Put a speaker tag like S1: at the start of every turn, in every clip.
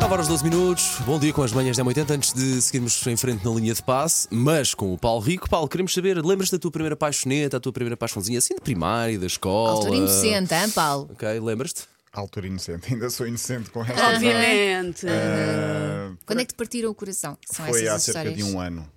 S1: 9 horas 12 minutos, bom dia com as manhãs da 80 Antes de seguirmos em frente na linha de passe, mas com o Paulo Rico. Paulo, queremos saber, lembras da tua primeira paixoneta, a tua primeira paixãozinha, assim de primária, da escola?
S2: Altura inocente, hein, Paulo?
S1: Ok, lembras-te?
S3: Altura inocente, ainda sou inocente com
S2: Ah,
S3: ela.
S4: Obviamente.
S3: Ah,
S2: Quando é que te partiram o coração? São
S3: foi há
S2: essas
S3: cerca
S2: histórias.
S3: de um ano,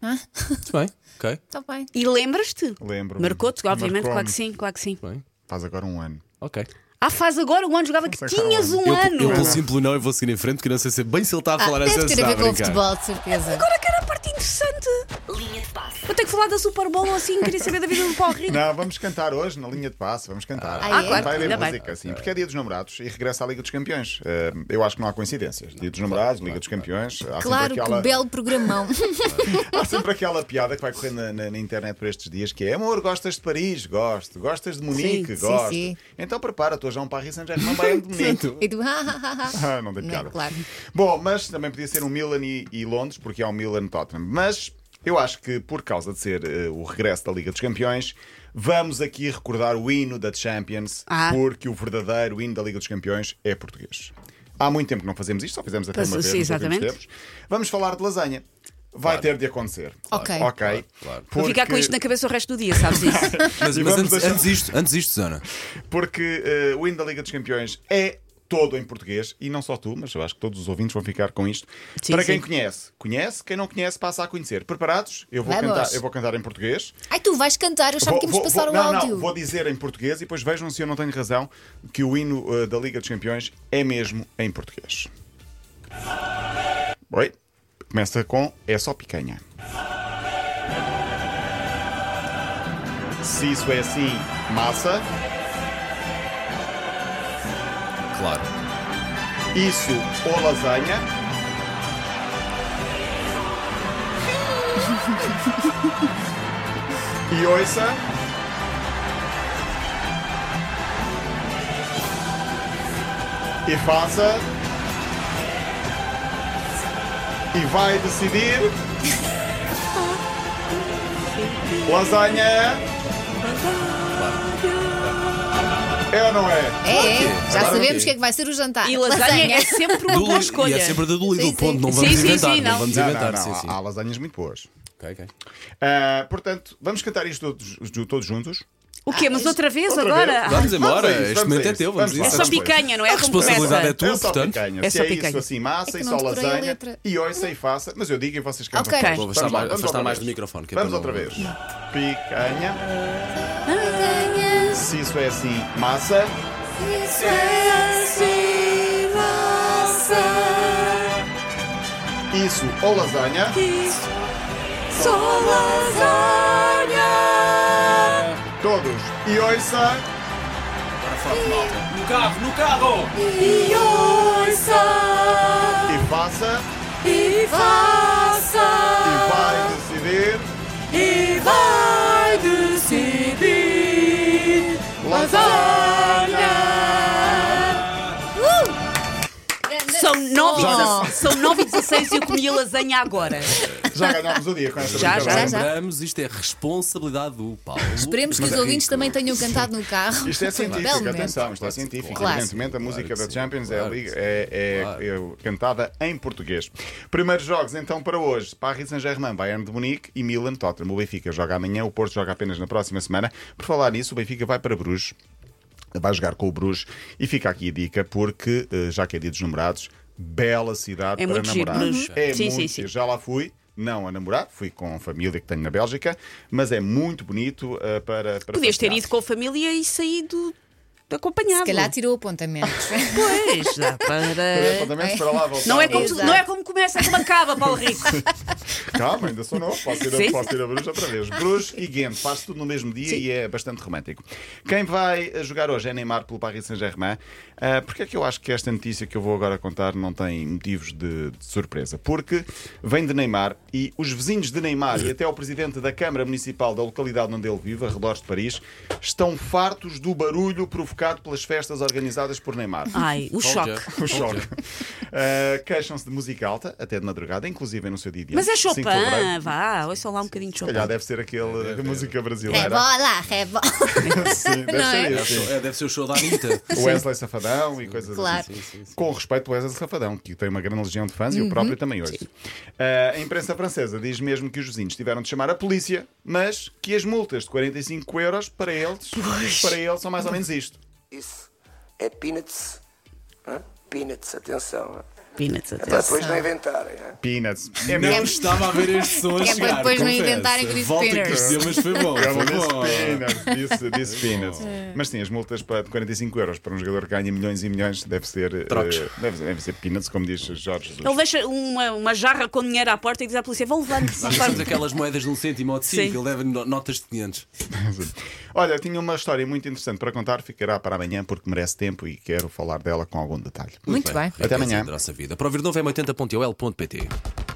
S1: Muito bem, ok,
S2: Está bem.
S4: E lembras-te?
S3: lembro.
S4: Marcou-te, obviamente, claro que
S3: Marcou-me.
S4: sim, claro que sim.
S1: bem,
S3: Faz agora um ano.
S1: ok.
S4: Ah, faz agora um ano, jogava que
S3: sei
S4: tinhas
S3: falar.
S4: um
S1: Eu,
S4: ano.
S1: eu pelo simples não e vou seguir em frente, porque não sei se bem se ele está a falar
S2: Ah,
S1: assim,
S2: deve
S1: se
S2: ter a
S1: está
S2: ver com o
S1: brincar.
S2: futebol, de certeza.
S4: Agora que era a parte interessante.
S5: Linha de passe.
S4: Vou ter que falar da Super Bowl assim, queria saber da vida do Paulo Rico.
S3: Não, vamos cantar hoje na linha de passe, vamos cantar.
S2: Ah, é?
S3: Cantar
S4: claro,
S3: e ler
S4: ainda bem.
S3: música, sim, porque é dia dos namorados e regressa à Liga dos Campeões. Ah, eu acho que não há coincidências. Dia dos namorados, Liga dos Campeões. Há
S2: Claro,
S3: sempre aquela...
S2: que um belo programão.
S3: Há sempre aquela piada que vai correr na, na- na internet por estes dias que é amor, gostas de Paris? Gosto. Gostas de Munique?
S2: sim,
S3: gosto.
S2: sim.
S3: Então prepara-te, hoje há um Paris Saint-Germain Bayern de Munique.
S2: e tu, ah, ah, ah, ah.
S3: Ah, não dei
S2: Não,
S3: piada.
S2: claro.
S3: Bom, mas também podia ser um Milan e, e Londres, porque há um Milan-Tottenham. Mas eu acho que, por causa de ser eh, o regresso da Liga dos Campeões, vamos aqui recordar o hino da Champions,
S4: Ah.
S3: porque o verdadeiro hino da Liga dos Campeões é português. Há muito tempo que não fazemos isto, só fizemos até
S4: Pois,
S3: uma vez.
S4: sim,
S3: nos últimos
S4: exatamente.
S3: tempos. Vamos falar de lasanha. Vai ter de acontecer.
S2: Ok.
S3: Ok.
S1: claro.
S4: Vou ficar com
S3: Porque-
S4: isto na cabeça o resto do dia, sabes isso?
S1: Mas,
S3: E
S1: mas
S3: vamos
S1: antes,
S3: deixar-
S1: antes isto, antes isto, Susana,
S3: porque eh, o hino da Liga dos Campeões é todo em português e não só tu, mas eu acho que todos os ouvintes vão ficar com isto.
S4: Sim,
S3: Para quem
S4: sim.
S3: conhece, conhece, quem não conhece, passa a conhecer. Preparados? Eu vou,
S2: Vamos.
S3: cantar, eu vou cantar em português.
S2: Ai, tu vais cantar, eu achava
S3: Vou-
S2: que íamos
S3: vou-
S2: passar
S3: vou-
S2: o
S3: não,
S2: áudio.
S3: Não, vou dizer em português e depois vejam se eu não tenho razão que o hino eh, da Liga dos Campeões é mesmo em português. Oi? Começa com É só picanha. Se isso é assim, massa.
S1: claro.
S3: Isso ou lasanha? e ouça. E faça. E vai decidir. Lasanha é ou não é?
S2: É, é,
S1: quê?
S2: já
S1: Claro que é.
S2: sabemos o que é que vai ser o jantar.
S4: E lasanha é sempre uma boa
S1: e
S4: escolha.
S1: é sempre da do Lidl,
S2: Sim, sim.
S1: ponto, não
S4: Sim,
S1: vamos
S4: sim,
S1: inventar,
S4: sim,
S1: não.
S4: não.
S1: vamos
S3: Não,
S1: inventar,
S3: não, Ah, não.
S1: sim, sim.
S3: Há, há lasanhas muito boas.
S1: Ok, ok.
S3: Ah, portanto, vamos cantar isto todos, ju- todos juntos.
S4: O quê? Mas outra vez
S3: Ah, Outra
S4: agora?
S3: vez.
S1: Vamos embora,
S3: a isso,
S1: este
S3: vamos a
S1: momento é
S3: isso,
S1: teu, vamos
S3: vamos
S1: a
S3: lá.
S4: É
S1: isso.
S4: só picanha, não é?
S1: A responsabilidade é tua,
S3: é só
S1: portanto.
S3: picanha.
S4: É
S3: se
S4: só
S3: é
S4: picanha.
S3: isso assim, massa
S2: É que
S3: e
S2: não
S3: só
S2: decorei a
S3: lasanha.
S2: letra.
S3: E ouça e faça. Mas eu digo e vocês cantam.
S2: Ok.
S1: Vou
S3: Vamos
S1: afastar
S3: lá,
S1: mais,
S3: vamos
S1: afastar
S3: outra
S1: mais
S3: vez.
S1: do microfone, que é
S3: Vamos
S1: para
S3: outra
S1: não-
S3: vez. Picanha.
S2: Lasanha,
S3: Se isso é assim, massa.
S2: isso é assim, massa.
S3: Isso ou lasanha.
S1: é
S2: Só lasanha.
S3: Todos. E ouça.
S1: No carro, no carro!
S2: E ouça
S3: E faça.
S2: e
S3: E
S2: faça
S3: vai decidir.
S2: e vai decidir. Lasanha.
S4: São 9 e são 9 e 16 e eu comi a lasanha agora.
S3: Já ganhámos o dia com esta
S4: Já, já,
S3: brincadeira.
S2: já.
S1: Lembramos, isto é responsabilidade do Paulo.
S2: Esperemos que
S1: Mas
S2: os
S1: é
S2: ouvintes
S1: rico.
S2: também tenham cantado no carro.
S3: Isto é científico,
S2: Belo momento.
S3: atenção, isto é científico.
S2: Claro.
S3: Evidentemente, a música
S1: Claro que
S3: da
S1: sim,
S3: Champions é,
S1: claro
S3: a liga-
S1: que sim.
S3: é- é-
S1: Claro.
S3: é cantada em português. Primeiros jogos, então, para hoje: Paris Saint-Germain, Bayern de Munique e Milan Tottenham. O Benfica joga amanhã, o Porto joga apenas na próxima semana. Por falar nisso, o Benfica vai para Bruges, vai jogar com o Bruges e fica aqui a dica, porque eh, já que é dia dos namorados, bela cidade
S4: É
S3: para
S4: muito giro,
S3: namorar.
S4: Bruges.
S3: É
S4: Sim,
S3: muito
S4: sim, sim.
S3: giro. Já lá fui. Não a namorar, fui com a família que tenho na Bélgica, mas é muito bonito eh, para, para.
S4: Podias ter
S3: passear.
S4: ido com a família e saído acompanhado.
S2: Se calhar tirou apontamentos.
S4: Pois, dá
S3: Para
S4: para.
S3: apontamento, para lá voltar.
S4: Não é, como, tu-
S2: Exato.
S4: não é como começa, é como acaba, Paulo Rico.
S3: Calma, ainda sou novo. Posso ir,
S4: Sim.
S3: a, posso ir a Bruges outra vez. Bruges e Ghent. Faz tudo no mesmo dia e é bastante romântico. Quem vai a jogar hoje é Neymar pelo Paris Saint-Germain. Ah, Porquê é que eu acho que esta notícia que eu vou agora contar não tem motivos de, de surpresa? Porque vem de Neymar e os vizinhos de Neymar e até o presidente da Câmara Municipal da localidade onde ele vive, arredores de Paris, estão fartos do barulho provocado sufocado pelas festas organizadas por Neymar.
S4: Ai, o choque.
S1: Olha.
S3: O choque. Uh, Queixam-se de música alta, até de madrugada, inclusive no seu dia de
S4: Mas é
S3: antes, 5 de fevereiro.
S4: Chopin, vá, ouça lá um bocadinho de
S3: Se
S4: Chopin.
S3: calhar É, deve ser aquele da música brasileira.
S2: Rebola, rebola.
S3: Sim,
S2: É
S3: deve
S2: Não
S3: ser
S2: é?
S3: isso.
S1: É, deve ser o show da Anitta.
S3: O Wesley Safadão e coisas
S2: Claro.
S3: assim. Com respeito ao Wesley Safadão, que tem uma grande legião de fãs e o próprio também hoje. Ah, a imprensa francesa diz mesmo que os vizinhos tiveram de chamar a polícia, mas que as multas de 45 euros para eles, para eles são mais ou menos isto.
S5: Isso é peanuts. hã? Peanuts, atenção. hã?
S4: Peanuts, até.
S5: Para depois não inventarem. hã?
S3: Peanuts. É
S1: Não
S3: mesmo.
S1: estava a ver este som a
S2: É para
S1: chegar,
S2: depois não
S1: confesso.
S2: inventarem Chris
S1: Volta que
S2: Peter.
S1: isto deu, mas foi bom.
S3: Ela
S1: Foi
S3: disse
S1: bom.
S3: peanuts, É disse, disse peanuts. Mas sim, as multas para- de 45 euros para um jogador que ganha milhões e milhões deve ser, eh,
S1: Trocos.
S3: deve, deve ser peanuts, como diz Jorge Jesus.
S4: Ele deixa uma, uma jarra com dinheiro à porta e diz à polícia: vão levando.
S1: Nós temos aquelas moedas de um cêntimo ou de
S4: Sim.
S1: cinco, ele leva no- notas de 500.
S3: Olha, eu tinha uma história muito interessante para contar, ficará para amanhã porque merece tempo e quero falar dela com algum detalhe.
S2: Muito bem.
S1: Riqueza
S3: amanhã.
S1: Da nossa vida. Para ouvir de novo é 80.ol.pt.